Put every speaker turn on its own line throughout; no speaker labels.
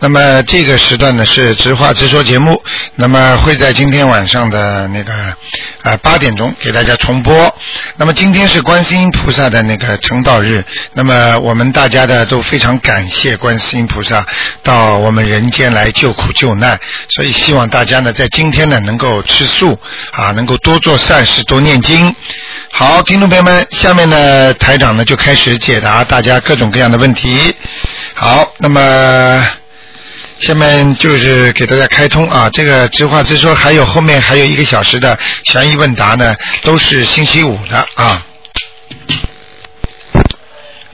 那么这个时段呢是直话直说节目，那么会在今天晚上的那个呃八点钟给大家重播。那么今天是观世音菩萨的那个成道日，那么我们大家的都非常感谢观世音菩萨到我们人间来救苦救难，所以希望大家呢在今天呢能够吃素啊，能够多做善事，多念经。好，听众朋友们，下面呢台长呢就开始解答大家各种各样的问题。好，那么。下面就是给大家开通啊，这个直话直说，还有后面还有一个小时的悬疑问答呢，都是星期五的啊。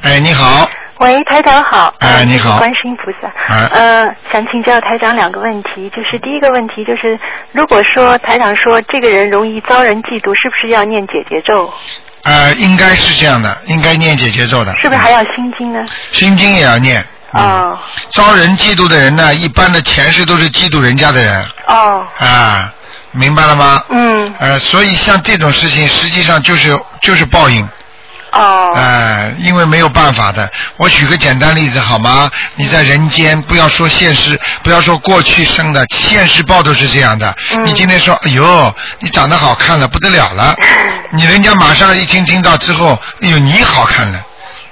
哎，你好，
喂，台长好。
哎你好
观世音菩萨。
哎
呃，想请教台长两个问题，就是第一个问题就是，如果说台长说这个人容易遭人嫉妒，是不是要念解结咒？
呃，应该是这样的，应该念解节奏的。
是不是还要心经呢？
心经也要念？
哦
招人嫉妒的人呢，一般的前世都是嫉妒人家的人
哦，
啊，明白了吗？
嗯
呃，所以像这种事情，实际上就是就是报应。
哦
哎、因为没有办法的。我举个简单例子好吗？你在人间，不要说现实，不要说过去生的，现实报都是这样的。
嗯
你今天说，哎呦，你长得好看了，不得了了，
嗯
你人家马上一听听到之后，哎呦，你好看了，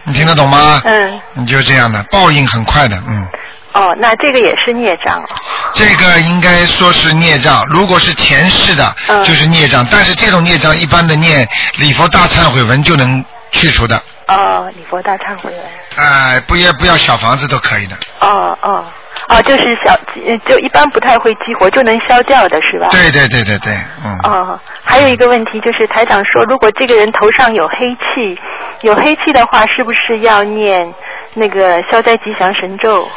你听得懂吗？
嗯
你就这样的，报应很快的，嗯。
哦，那这个也是孽障哦。
这个应该说是孽障，如果是前世的，
嗯
就是孽障。但是这种孽障，一般的念礼佛大忏悔文就能去除的。
哦，礼佛大忏悔文。
哎、不要不要小房子都可以的。
哦哦哦，就是小呃就一般不太会激活，就能消掉的是吧？
对对对对对，嗯。
哦，还有一个问题就是，台长说，如果这个人头上有黑气，有黑气的话，是不是要念那个消灾吉祥神咒？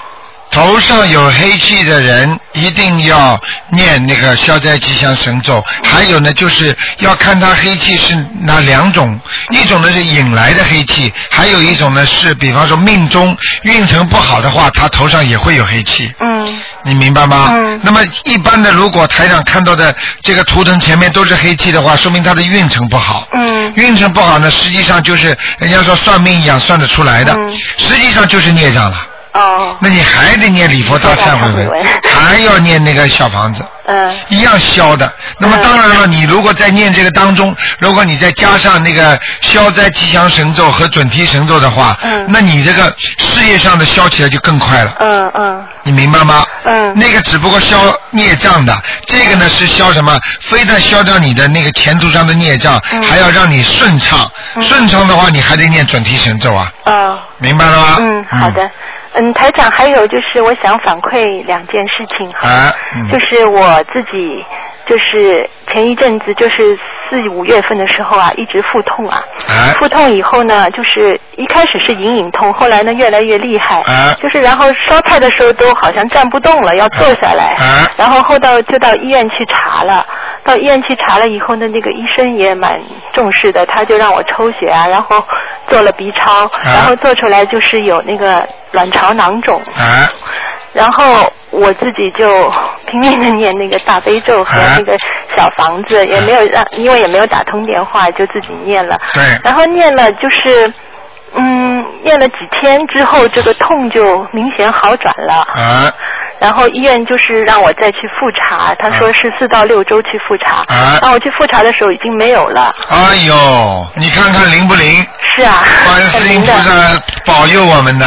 头上有黑气的人一定要念那个消灾吉祥神咒。还有呢，就是要看他黑气是哪两种，一种呢是引来的黑气，还有一种呢是，比方说命中运程不好的话，他头上也会有黑气。
嗯，
你明白吗？
嗯
那么一般的，如果台长看到的这个图腾前面都是黑气的话，说明他的运程不好。
嗯
运程不好呢，实际上就是人家说算命一样算得出来的，
嗯
实际上就是孽障了。
哦，
那你还得念礼佛大忏悔
礼佛大
文
忏悔，文
还要念那个小房子，
嗯、
一样消的。那么
嗯
当然了，你如果在念这个当中，如果你再加上那个消灾吉祥神咒和准提神咒的话，
嗯
那你这个事业上的消起来就更快了，
嗯嗯
你明白吗？
嗯，
那个只不过消孽障的，这个呢是消什么？非但消掉你的那个前途上的孽障，
嗯
还要让你顺畅。
嗯
顺畅的话，你还得念准提神咒啊，
哦，
明白了吗？
嗯，好的。嗯，台长，还有就是我想反馈两件事情哈。
啊，嗯
就是我自己，就是前一阵子，就是四五月份的时候啊，一直腹痛啊。
啊
腹痛以后呢，就是一开始是隐隐痛，后来呢越来越厉害。
啊
就是然后烧菜的时候都好像站不动了，要坐下来。
啊
然后后到就到医院去查了，到医院去查了以后呢，那个医生也蛮重视的，他就让我抽血啊，然后做了 B 超，然后做出来就是有那个卵巢囊肿。
啊
然后我自己就拼命的念那个大悲咒和那个小房子，也没有让，因为也没有打通电话，就自己念了。
对
然后念了就是，嗯，念了几天之后，这个痛就明显好转了。
啊
然后医院就是让我再去复查，他说
啊
是四到六周去复查。
啊
然后我去复查的时候已经没有了。
哎呦，你看看灵不灵？
是啊，
观世
很
音
灵
菩
的。
萨保佑我们的，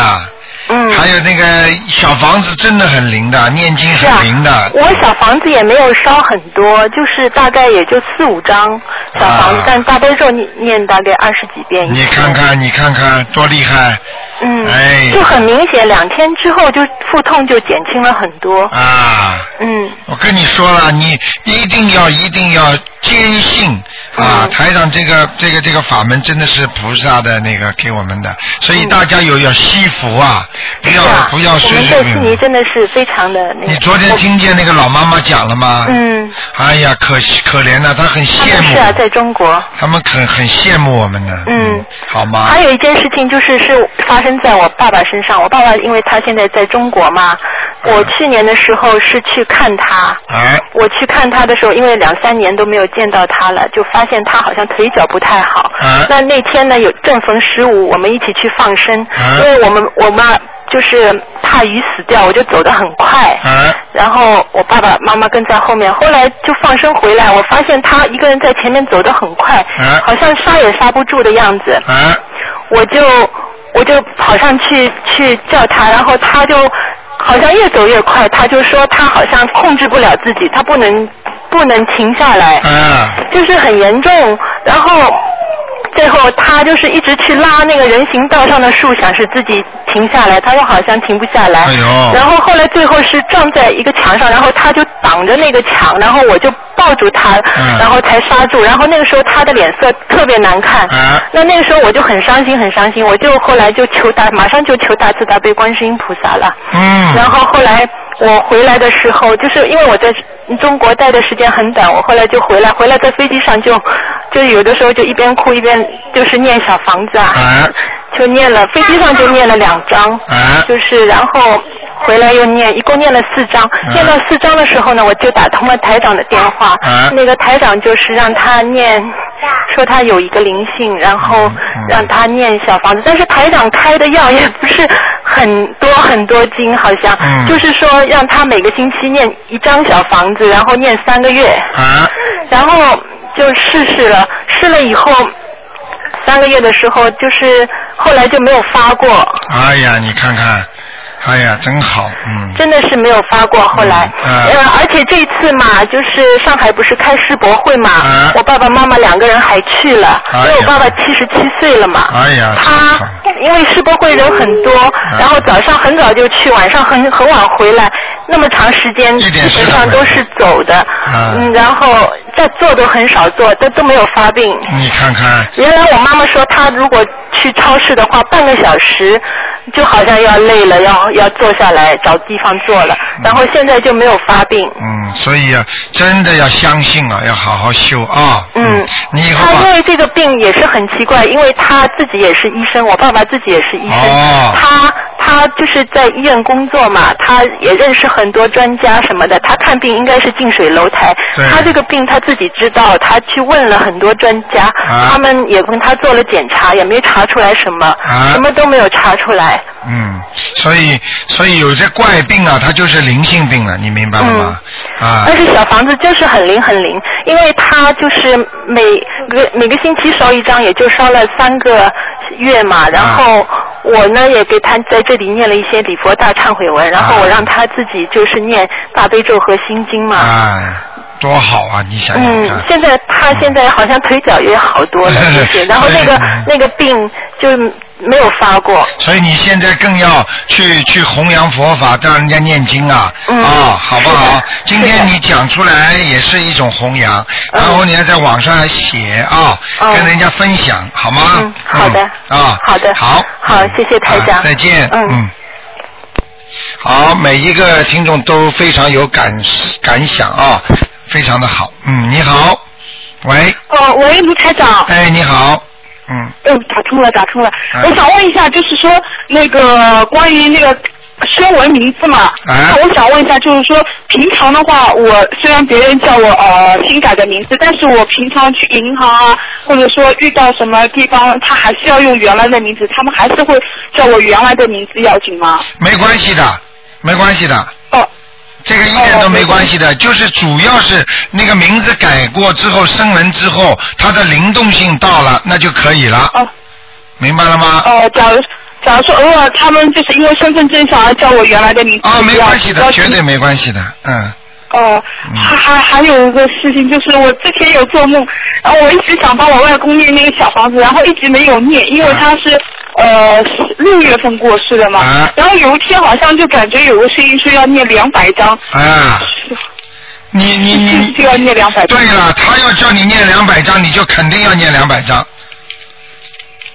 嗯。
还有那个小房子真的很灵的，念经
是啊
很灵的，。
我小房子也没有烧很多，就是大概也就四五张小房子，
啊
但大悲咒念念大概二十几遍。
你看，看，你看看，多厉害！
嗯，
哎
就很明显，两天之后就腹痛就减轻了很多。
啊，
嗯，
我跟你说了，你一定要一定要坚信
嗯
啊！台长这个这个这个法门真的是菩萨的那个给我们的，所以大家有要惜福啊，不要
是啊
不要
我
随
们
随
在
便
悉
便
尼。真的是非常的那个。
你昨天听见那个老妈妈讲了吗？
嗯，
哎呀，可惜可怜呐、她很
他
羡
们是啊，
慕，
在中国。
他们很很羡慕我们呢。
嗯
好吗？
还有一件事情就是是发生在我爸爸身上。我爸爸因为他现在在中国嘛，
嗯
我去年的时候是去看他。
哎，
我去看他的时候，因为两三年都没有见到他了，就发现他好像腿脚不太好。
啊
那那天呢，有正逢十五，我们一起去放生，
啊
因为我们我妈就是怕鱼死掉，我就走得很快。
哎，
然后我爸爸妈妈跟在后面，后来就放生回来，我发现他一个人在前面走得很快，
啊
好像刹也刹不住的样子。
哎，
我就我就跑上去去叫他，然后他就好像越走越快，他就说他好像控制不了自己，他不能不能停下来，
哎，
就是很严重。然后最后他就是一直去拉那个人行道上的树，想使自己停下来，他又好像停不下来。
哎呦，
然后后来最后是撞在一个墙上，然后他就挡着那个墙，然后我就抱住他，
嗯
然后才刹住。然后那个时候他的脸色特别难看，
哎，
那那个时候我就很伤心，很伤心，我就后来就求大，马上就求大慈大悲观世音菩萨了。
嗯，
然后后来我回来的时候，就是因为我在中国待的时间很短，我后来就回来，回来在飞机上就就有的时候就一边哭一边就是念小房子啊，
哎，
就念了飞机上就念了两张，
哎，
就是然后回来又念，一共念了四章。
嗯
念到四章的时候呢，我就打通了台长的电话。
嗯
那个台长就是让他念，说他有一个灵性，然后
嗯
让他念小房子。但是台长开的药也不是很多很多斤，好像、
嗯
就是说让他每个星期念一张小房子，然后念三个月。
哎，
然后就试试了，试了以后三个月的时候，就是后来就没有发过。
哎呀，你看看，哎呀，真好，嗯，
真的是没有发过。后来，
嗯啊
呃，而且这次嘛，就是上海不是开世博会嘛，
啊
我爸爸妈妈两个人还去了，
哎呀
因为我爸爸七十七岁了嘛。
哎呀，真
他
好，
因为世博会人很多，
嗯
然后早上很早就去，晚上很很晚回来，那么长时间
一
基
点
本
事都
上
没有
都是走的，
啊
嗯，然后在坐都很少坐，都都没有发病。
你看看，
原来我妈妈说，她如果去超市的话，半个小时就好像要累了，要要坐下来找地方坐了。然后现在就没有发病。
嗯，所以啊，真的要相信啊，要好好修啊，
嗯，
你以后
她因
把，
为这个病也是很奇怪，因为她自己也是医生，我爸爸自己也是医生，
哦
她她就是在医院工作嘛，她也认识很多专家什么的，她看病应该是近水楼台
对，
她这个病她自己知道，她去问了很多专家，
啊
他们也跟她做了检查，也没查出来什么，
啊
什么都没有查出来。
嗯，所以所以有些怪病啊，它就是灵性病了，你明白了吗？啊
但，是小房子就是很灵很灵，因为它就是每个每个星期烧一张，也就烧了三个月
啊
嘛。然后我呢也给他在这里念了一些礼佛大忏悔
啊
文，然后我让他自己就是念大悲咒和心经嘛。
哎，多好啊，你想想
嗯
看，，
现在他现在好像腿脚也好多了，就是，然后那个
嗯
那个病就没有发过。
所以你现在更要去去弘扬佛法，让人家念经啊，啊、
嗯
好不好
是的？
今天你讲出来也是一种弘扬，然后你还在网上还写啊、
嗯
跟人家分享，好吗？
嗯好的
啊、
好的
好，
好谢谢台长
啊再见，
嗯
好，每一个听众都非常有感感想啊，非常的好，嗯，你好，喂，
哦，喂，卢台长，
哎，你好，嗯，
嗯，打通了，打通了。
嗯
我想问一下，就是说那个关于那个声纹名字嘛，
哎
那我想问一下，就是说平常的话，我虽然别人叫我呃新改的名字，但是我平常去银行啊，或者说遇到什么地方，他还是要用原来的名字，他们还是会叫我原来的名字要紧吗？
没关系的，没关系的。
哦，
这个一点都没关系的，就是主要是那个名字改过之后，声纹之后，它的灵动性到了，那就可以了，
哦，
明白了吗？
哦，假如假如说偶尔他们就是因为身份证上而叫我原来的名字，
啊、没关系
嗯要
的，
要
绝对没关系的，嗯，
哦，还还还有一个事情就是，我之前有做梦，然后我一直想帮我外公念那个小房子，然后一直没有念，因为他是、呃六月份过世的嘛。
啊
然后有一天好像就感觉有个声音说要念两百张，
啊，你你你
就要念两百张
对了，他要叫你念两百张，你就肯定要念两百张，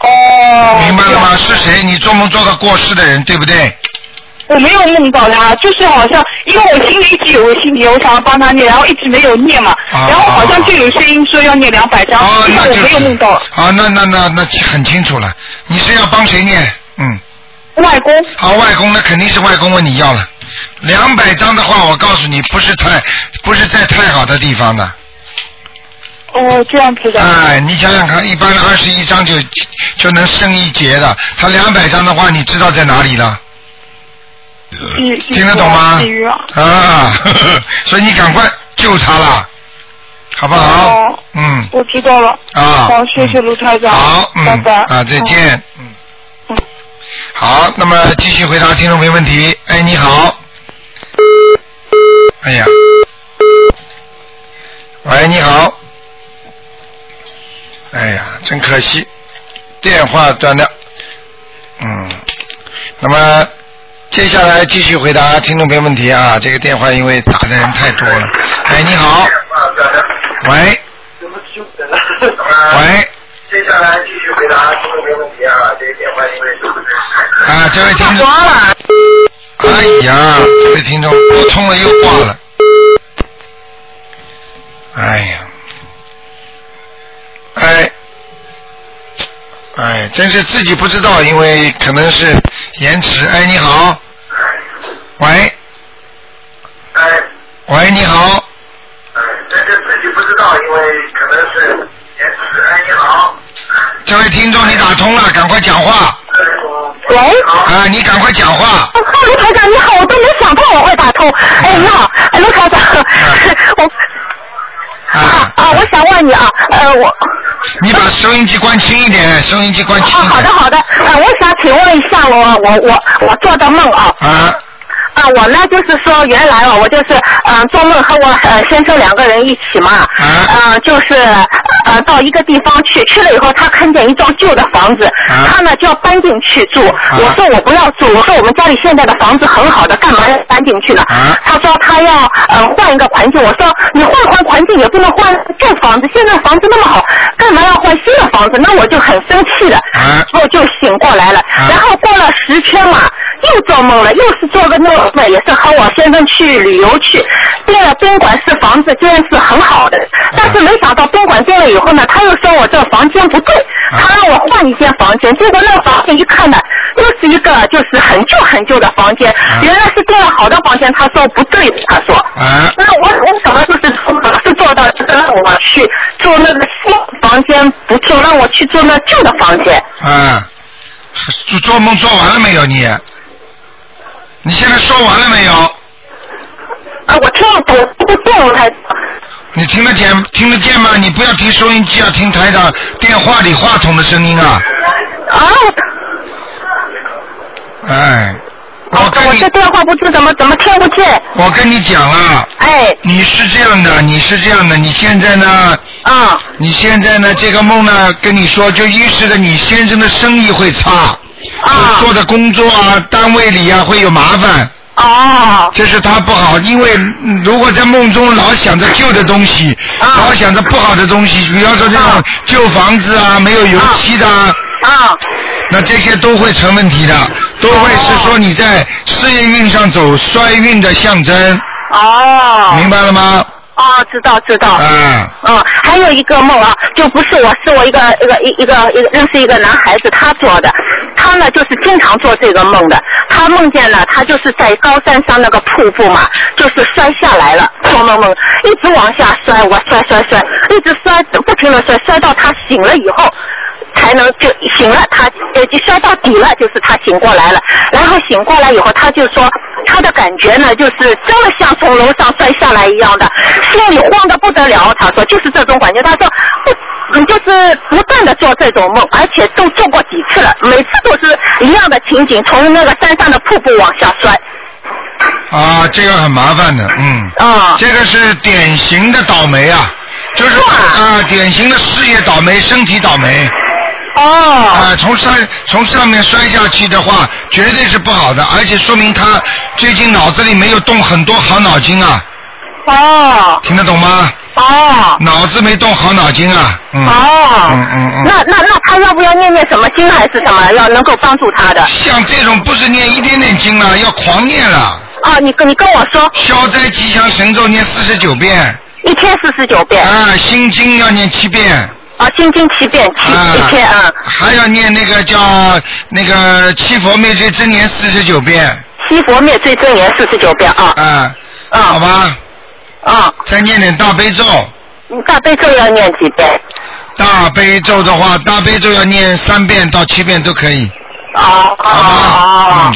哦，
明白了
这
吗？
样
是谁？你做梦做个过世的人，对不对？
我没有梦到他，就是好像因为我心里一直有个心结，我想要帮他念，然后一直没有念嘛，
啊
然后好像就有声音说要念两百张，
哦，
因为
那
我
就
没有梦
是
到
啊，那那那那很清楚了，你是要帮谁念？嗯，
外公
好，啊外公，那肯定是外公问你要了。两百张的话，我告诉你，不是太不是在太好的地方的。
哦这样子的，
哎，你想想看，一般二十一张就就能升一节的，他两百张的话，你知道在哪里了？
地
听得懂吗
地狱啊，？
啊， 呵呵所以你赶快救他啦，好不好？
哦
嗯，
我知道了，
啊，
好，谢谢卢台长，
好，嗯，
拜拜，
啊，再见，嗯
嗯，
好，那么继续回答听众朋友问题。哎，你好，哎呀，喂，你好，哎呀，真可惜，电话断掉，嗯，那么。接下来继续回答听众朋友问题啊！这个电话因为打的人太多了。哎，你好，
啊
喂，喂，
接下来继续回答听众朋友问题啊，这个电话因为主持人太
啊，这位听众，哎呀，这位听众，我通了又挂了。哎呀，哎，哎，真是自己不知道，因为可能是延迟。哎，你好，喂，
哎，
喂，你好，
哎但是自己不知道，因为可能是延迟。哎，你好。
这位听众，你打通了，赶快讲话
哎喂。
啊！你赶快讲话。
哦，卢台长你好，我都没想到我会打通。哎，你好，哎卢台长， 我
啊
啊啊，我想问你啊，呃，我
你把收音机关轻一点，收音机关
哦，
轻一
好的
点。
好的，呃，我想请问一下我我我我做的梦啊，
啊，
啊，我呢就是说原来啊，我就是嗯、呃做梦和我呃先生两个人一起
啊
嘛，嗯、就是呃到一个地方去，去了以后他看见一幢旧的房子，
啊
他呢就要搬进去住，我说我不要住，我说我们家里现在的房子很好的，干嘛要搬进去呢？
啊
他说他要呃换一个环境，我说你换换环境也不能换旧房子，现在房子那么好，干嘛要换新的房子？那我就很生气的，
啊
然后就醒过来了，然后过了十天嘛，又做梦了，又是做个梦梦，也是和我先生去旅游去，订了宾馆是房子，竟然是很好的，但是没想到宾馆订了以后呢，他又说我这个房间不对，他让我换一间房间，结果那个房间一看呢，又是一个就是很旧很旧的房间，原来是订了好的房间，他说不对，他说。
啊，
那我我怎么就是是做到让我去住那个新房间不住，让我去住那旧的房间？
啊，做做梦做完了没有你？你现在说完了没有？
啊，我听不懂，不懂台。
你听得见听得见吗？你不要听收音机，要啊听台长电话里话筒的声音啊！
啊，
哎，我
哦我
嗯啊
跟
这
你
电话不知怎么怎么听不见？
我跟你讲啊，
哎，
你是这样的，你是这样的，你现在呢？
啊，
你现在呢？这个梦呢，跟你说，就预示着你先生的生意会差，
啊，
做的工作啊，单位里啊会有麻烦。
啊
哦，
这是他不好，因为嗯如果在梦中老想着旧的东西，
啊
老想着不好的东西，比方说这种旧房子啊，没有油漆的啊，
啊，
那这些都会成问题的，都会是说你在事业运上走衰运的象征，明
哦，
白了吗？
哦，知道知道。
啊，
嗯，还有一个梦啊，就不是我，是我一个一个一一个一个认识一个男孩子他做的，他呢就是经常做这个梦的，他梦见了他就是在高山上那个瀑布嘛，就是摔下来了，做梦梦一直往下摔，我摔摔摔，一直摔不停的摔，摔到他醒了以后。才能就醒了，他呃就摔到底了，就是他醒过来了。然后醒过来以后，他就说他的感觉呢，就是真的像从楼上摔下来一样的，心里慌得不得了。他说就是这种感觉，他说不，你就是不断的做这种梦，而且都做过几次了，每次都是一样的情景，从那个山上的瀑布往下摔。
啊，这个很麻烦的，嗯，
啊、
这个是典型的倒霉啊，就是
是啊
啊，典型的事业倒霉，身体倒霉。
哦，
啊，从上从上面摔下去的话，绝对是不好的，而且说明他最近脑子里没有动很多好脑筋啊。
哦
听得懂吗？
哦
脑子没动好脑筋啊，嗯，
哦
嗯嗯嗯
那那那他要不要念念什么经还是什么，要能够帮助他的？
像这种不是念一点点经了，要狂念了，
哦，你跟你跟我说，
消灾吉祥神咒念四十九遍，
一天四十九遍，
啊，心经要念七遍，
啊，心经七遍，七
啊
一天啊，
还要念那个叫那个七佛灭罪真言四十九遍，
七佛灭罪真言四十九遍啊，
啊，好
啊
吧，
啊，
再念点大悲咒，
你大悲咒要念几遍？
大悲咒的话，大悲咒要念三遍到七遍都可以，
哦哦
好吧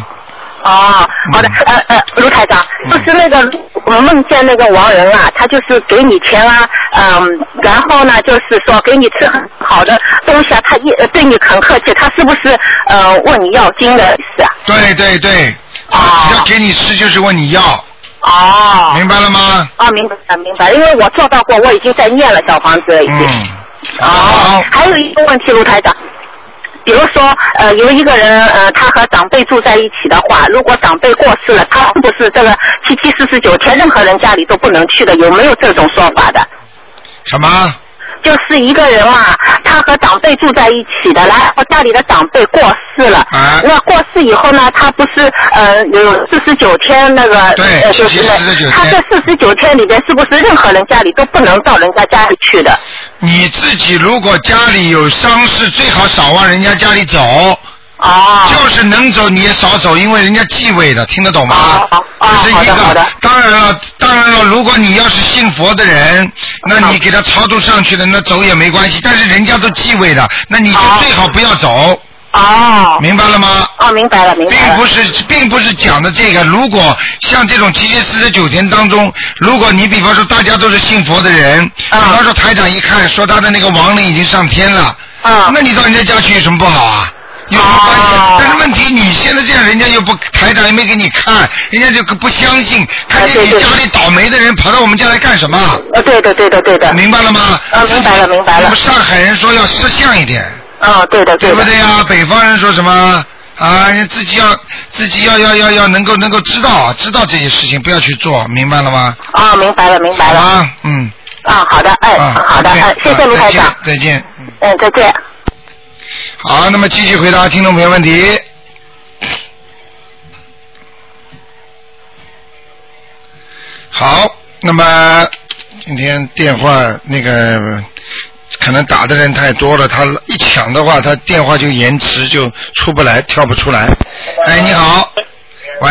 哦，哦，好的，呃呃，卢台长，
嗯
就是那个我们梦见那个亡人啊，他就是给你钱啊，嗯，然后呢，就是说给你吃很好的东西啊，他一呃对你很客气，他是不是呃问你要金的意思啊？
对对对，他只要给你吃就是问你要，
哦，
明白了吗？
哦，明白了明白了，因为我做到过，我已经在念了小房子已经。
嗯，
哦
好，，
还有一个问题，卢台长。比如说，呃，有一个人，呃，他和长辈住在一起的话，如果长辈过世了，他是不是这个七七四十九天任何人家里都不能去的？有没有这种说法的？
什么？
就是一个人嘛，他和长辈住在一起的，然后家里的长辈过世了，
啊
那过世以后呢，他不是呃有四十九天那个
对
呃就是
49天
他这四十九天里边是不是任何人家里都不能到人家家里去的？
你自己如果家里有丧事，最好少往人家家里走，
啊
哦，
就是能走你也少走，因为人家忌讳的，听得懂
啊
吗？
哦哦
这是
好
一
的好
个
的。
当然了，当然了，如果你要是信佛的人，那你给他超度上去了，那走也没关系。但是人家都忌讳的，那你就
哦
最好不要走，
啊
哦，
明白了吗？
哦，明白了，明
并
白了。
不是，并不是讲的这个。如果像这种七七四十九天当中，如果你比方说大家都是信佛的人，
啊
比方说台长一看说他的那个亡灵已经上天了，
啊
那你到人家家去有什么不好啊？有什么关系？
哦
但是问题你现在这样，人家又不台长也没给你看，人家就不相信，看见
对
你
对
家里倒霉的人跑到我们家来干什么？
呃，对的，对的，对的。
明白了吗？
啊明白了明白了
我们上海人说要识相一点。
嗯，对的，
对
的
不。对呀？北方人说什么啊？你自己要自己要要要要能够能够知道知道这些事情，不要去做，明白了吗？
啊、明白了，明白
好
了。
吧，嗯，
啊，好的，哎，
啊，
好的，
再见
哎，谢谢
啊
卢
再
台长
见。再见，嗯，
嗯，再见。
好，那么继续回答听众朋友问题。好，那么今天电话那个可能打的人太多了，他一抢的话，他电话就延迟，就出不来，跳不出来。哎，你好，喂，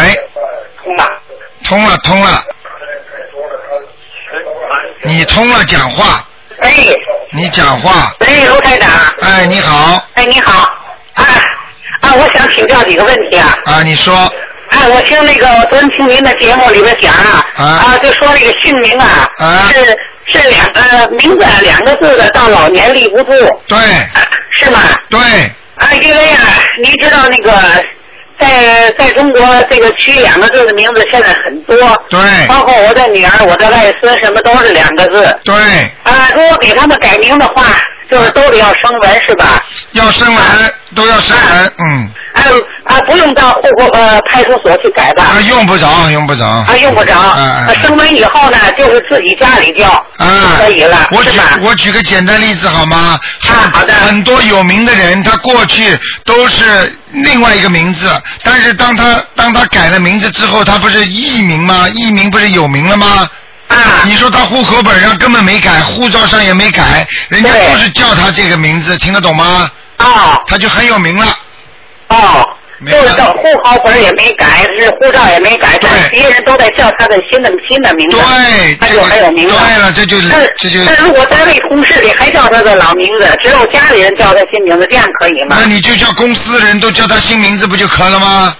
通了，通了，你通了，讲话，
哎，
你讲话。
哎，卢台长，
哎，你好，
哎，你好，啊啊，我想请教几个问题啊。
啊，你说，
啊，我听那个我昨天听您的节目里边讲啊，
啊
就说那个姓名啊，
啊
是是两个名字啊两个字的，到老年立不住，
对，
啊是吗？
对，
啊，因为啊，您知道那个在在中国这个取两个字的名字现在很多，
对，
包括我的女儿、我的外孙什么都是两个字。
对，
啊，如果给他们改名的话，就是都得要声纹是吧？
要生文都要生文，嗯，
啊啊，不用到户口呃派出所去改吧
啊，？用不着，用不着，
啊，用不着。
啊
啊，声纹以后呢，就是自己家里叫
啊
就可以了，
我
是
举
吧？
我举个简单例子好吗？
啊好的
很多有名的人，他过去都是另外一个名字，但是当他当他改了名字之后，他不是艺名吗？艺名不是有名了吗？
啊
你说他户口本上根本没改，护照上也没改，人家
对
都是叫他这个名字，听得懂吗？
哦
他就很有名了。
哦，
明白
就是到户口本也没改，是护照也没改，
对
但是别人都在叫他的新的新的名字，
对，
他
这
就
个
很有名
对了，这就
但是
这就
但如果单位同事里还叫他的老名字，只有家里人叫他新名字，这样可以吗
那？你就叫公司人都叫他新名字不就可了吗？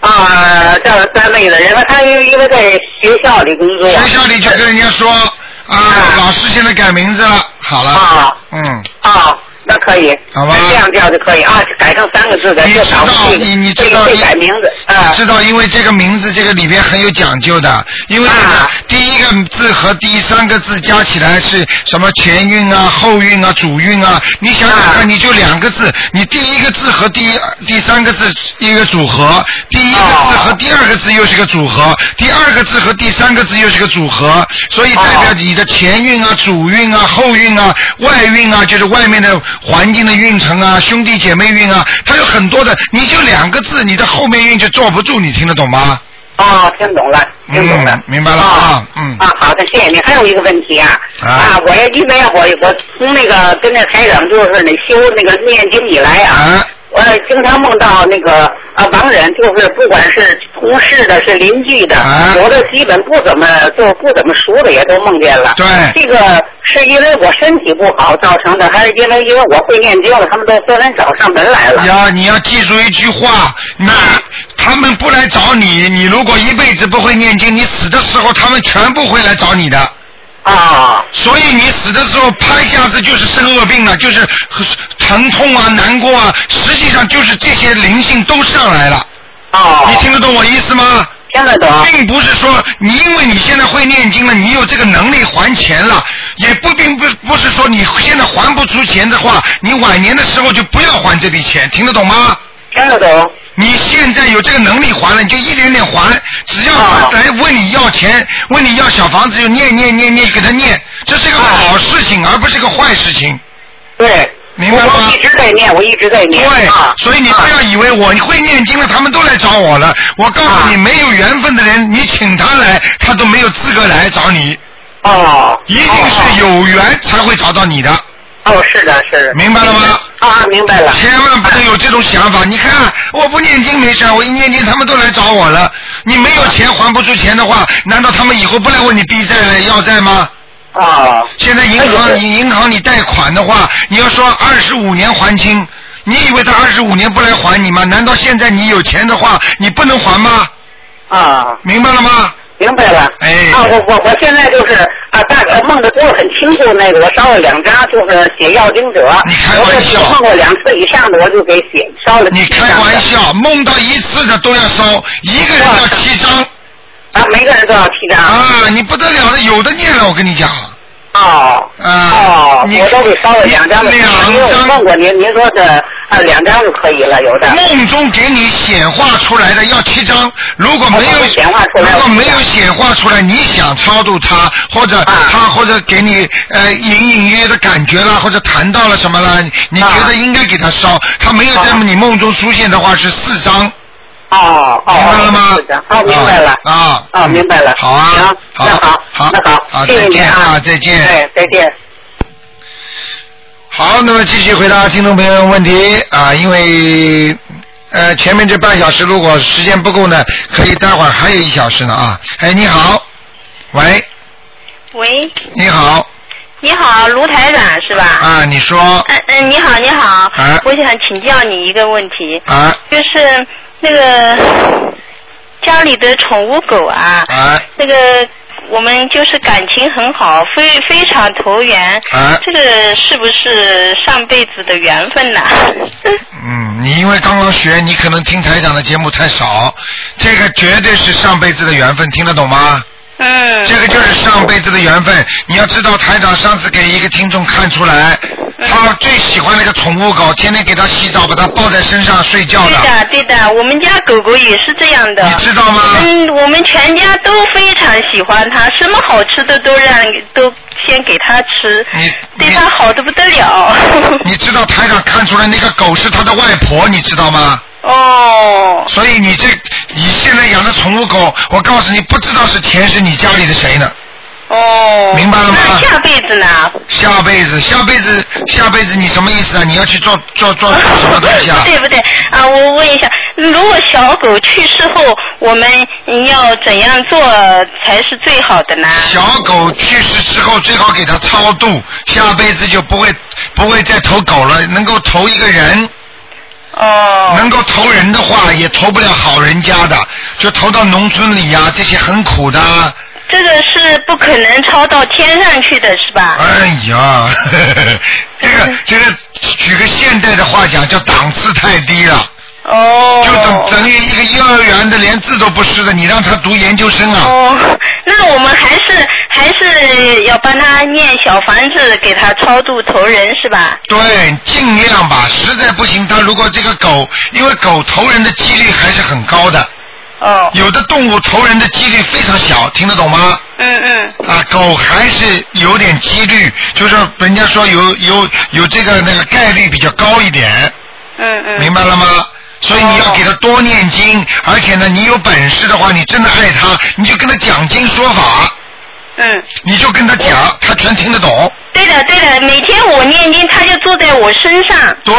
啊，叫单位的人，他因为因为在学校里工作，
学校里就跟人家说啊
啊，
老师现在改名字了，好了，
啊
嗯，
啊，
那可以，
好吧
那这样叫就可以啊，改成三个字的，
你
就
知
少
道
这个
你你知
这
道
个
你
这改名字
你
啊，
知道，因为这个名字这个里边很有讲究的，因为这个
啊
第一个字和第三个字加起来是什么前运啊、后运啊、主运啊，你想想
啊
看，你就两个字，你第一个字和第第三个字一个组合，第一个字和第二个字又是个组合，第二个字和第三个字又是个组合，所以代表
哦
你的前运啊、主运啊、后运啊、外运啊，就是外面的环境的运程啊、兄弟姐妹运啊，它有很多的。你就两个字，你的后面运就坐不住，你听得懂吗？
哦，听懂了，听懂了
嗯，明白了啊嗯
啊，好的，谢谢你。还有一个问题啊，
啊
我也因为我我从那个跟那台长就是那修那个念经以来啊，
啊，
我经常梦到那个啊亡人，就是不管是同事的，是邻居的，
啊
有的基本不怎么就不怎么熟的也都梦见了。
对
这个是因为我身体不好造成的，还是因为因为我会念经了，他们都纷纷找上门来了？
要啊你要记住一句话，你他们不来找你，你如果一辈子不会念经，你死的时候他们全部会来找你的。
啊
所以你死的时候啪一下子就是生恶病了，就是疼痛啊、难过啊，实际上就是这些灵性都上来了。
哦，
你听得懂我意思吗？
听得懂？
并不是说你因为你现在会念经了，你有这个能力还钱了，也不并不不是说你现在还不出钱的话，你晚年的时候就不要还这笔钱，听得懂吗？
听得懂？
你现在有这个能力还了，你就一点点还，只要
啊
他来问你要钱，问你要小房子，就念念念念给他念，这是个好事情，而不是个坏事情。
对。
明白了吗
我一直在念，我一直在念。
对
啊，、
所以你不要以为我会念经了，他们都来找我了。我告诉你，
啊
没有缘分的人，你请他来，他都没有资格来找你，
哦，
一定是有缘才会找到你的，
哦。哦，是的，是的。
明白了吗？
啊，明白了。
千万不能有这种想法。你看，啊我不念经没事，我一念经他们都来找我了。你没有钱还不出钱的话，难道他们以后不来问你逼债来要债吗？
哦，
现在银
哎
行
对
你银行你贷款的话，你要说二十五年还清，你以为他二十五年不来还你吗？难道现在你有钱的话，你不能还吗？
啊，
明白了吗？
明白了。
哎
啊，我我我现在就是啊，大概梦的都很清楚，那个我烧了两张，就是写药经者。
你开玩
我
笑
梦过两次以上的，我就给写烧了。
你开玩？笑，梦到一次的都要收，一个人要七张
啊，每个人都要七张。
啊，你不得了的，有的念了，我跟你讲。
哦。
啊
哦，
你
我都给烧了两张了，
你两张
因为我问过您，您说的啊两张就可以了，有的。
梦中给你显化出来的要七张，如果没有
哦显化出来
如果没有显化出来，你想超度他，或者
啊
他或者给你呃隐隐约约的感觉啦，或者谈到了什么啦，你
啊
觉得应该给他烧，他没有在
啊
你梦中出现的话是四张，
哦哦，
明白了吗
是的哦，明白了。
啊，
哦，明白了。
好啊
行，
好
那好，
好
那
好
好，谢谢
再
你
见啊
啊，
再见
哎，再见。
好，那么继续回答听众朋友问题啊，因为呃前面这半小时如果时间不够呢，可以待会儿还有一小时呢啊。哎，你好，喂，
喂，
你好
你好，卢台长是吧？
啊，你说
嗯嗯，你好，你好
哎，
我想请教你一个问题，
啊
就是那个家里的宠物狗啊，
啊
那个我们就是感情很好，非非常投缘，
啊，
这个是不是上辈子的缘分呐、
嗯，你因为刚刚学，你可能听台长的节目太少，这个绝对是上辈子的缘分，听得懂吗？
嗯，
这个就是上辈子的缘分。你要知道，台长上次给一个听众看出来，
嗯
他最喜欢那个宠物狗，天天给它洗澡，把它抱在身上睡觉
对的对的，我们家狗狗也是这样的。
你知道吗？
嗯，我们全家都非常喜欢它，什么好吃的都让都先给它吃
你，
对
你
它好的不得 了。
你知道台长看出来那个狗是他的外婆，你知道吗？
哦，
所以你这你现在养的宠物狗，我告诉你，不知道是前世你家里的谁呢？
哦，
明白了吗
那下辈子呢？
下辈子，下辈子，下辈子，你什么意思啊？你要去做做 做什么东西啊
不？对不对啊！我问一下，如果小狗去世后，我们要怎样做才是最好的呢？
小狗去世之后，最好给它超度，下辈子就不会不会再投狗了，能够投一个人，
哦，
能够投人的话，也投不了好人家的，就投到农村里呀、这些很苦的啊，
这个是不可能抄到天上去的，是吧？
哎呀， 呵呵这个这个，举个现代的话讲，叫档次太低了，
哦。
就等等于一个幼儿园的连字都不是的，你让他读研究生啊？
哦，那我们还是还是要帮他念小房子，给他超度投人是吧？
对，尽量吧，实在不行，他如果这个狗，因为狗投人的几率还是很高的，
哦，
有的动物投人的几率非常小，听得懂吗？
嗯嗯，
啊，狗还是有点几率，就是人家说有有有这个那个概率比较高一点，
嗯嗯，
明白了吗？所以你要给他多念经，而且呢，你有本事的话，你真的爱他，你就跟他讲经说法，
嗯，
你就跟他讲，他全听得懂。
对的对的，每天我念经，他就坐在我身上，
对，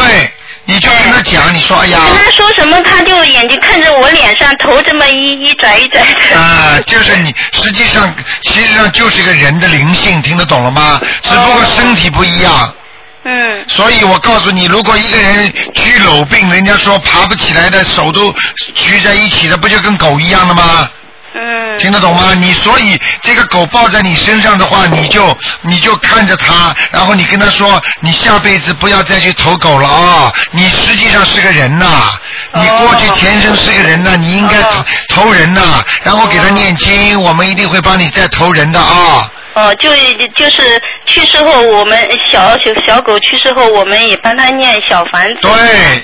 你就跟他讲，你说哎呀
跟，他说什么，他就眼睛看着我脸上，头这么一一转一转的。
啊、就是你，实际上实际上就是一个人的灵性，听得懂了吗？只不过身体不一样。
嗯
所以我告诉你，如果一个人居篓病，人家说爬不起来的，手都举在一起的，不就跟狗一样的吗？
嗯，
听得懂吗？你所以这个狗抱在你身上的话，你就你就看着它，然后你跟它说，你下辈子不要再去投狗了啊、你实际上是个人呐、你过去前生是个人呐、你应该投投人呐、然后给它念经，我们一定会帮你再投人的啊、
哦，就就是去世后，我们小小小狗去世后，我们也帮他念小房子。
对，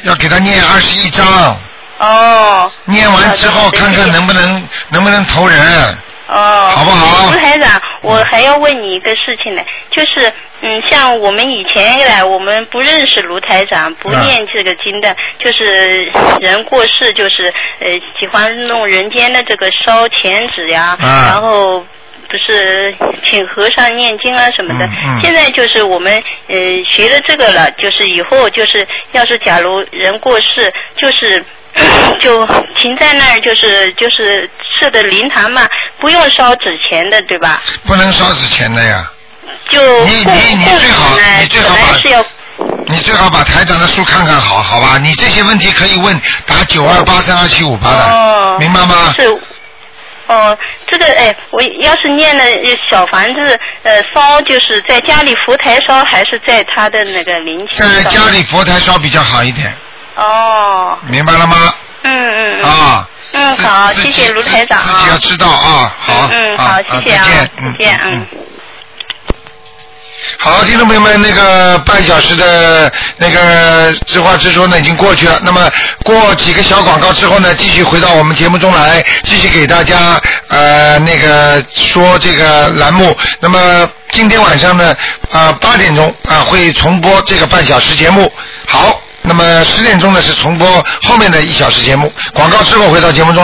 要给它念二十一章。
哦
念完之后
好的好
看
的
看能不能能不能投人。
哦，
好不好
卢台长，我还要问你一个事情呢，就是嗯，像我们以前来，我们不认识卢台长，不
嗯
念这个经的，就是人过世，就是呃，喜欢弄人间的这个烧钱纸呀，
嗯
然后。不是请和尚念经啊什么的，
嗯嗯
现在就是我们呃学了这个了，就是以后就是要是假如人过世，就是 就停在那儿，就是就是设的灵堂嘛，不用烧纸钱的，对吧？
不能烧纸钱的呀，
就
你
供
你你
供
最好
起来
你最好
本来
把啊
是要
你最好把台长的书看看好，好吧？你这些问题可以问打九二八三二七五八的，
哦
明白吗？
是。哦，这个哎，我要是念了小房子，呃，烧就是在家里佛台烧，还是在他的那个灵前烧？
在家里佛台烧比较好一点，
哦，
明白了吗？
嗯嗯嗯。
啊，
嗯，
自
好，
自己
谢谢卢台长
自自己要
啊。
知道啊，好，
嗯，
啊
好，谢谢
啊
啊，
再见，
再见，嗯。
好，听众朋友们，那个半小时的那个直话直说呢已经过去了。那么过几个小广告之后呢，继续回到我们节目中来，继续给大家呃那个说这个栏目。那么今天晚上呢，啊、八点钟啊、会重播这个半小时节目。好，那么十点钟呢是重播后面的一小时节目。广告之后回到节目中来。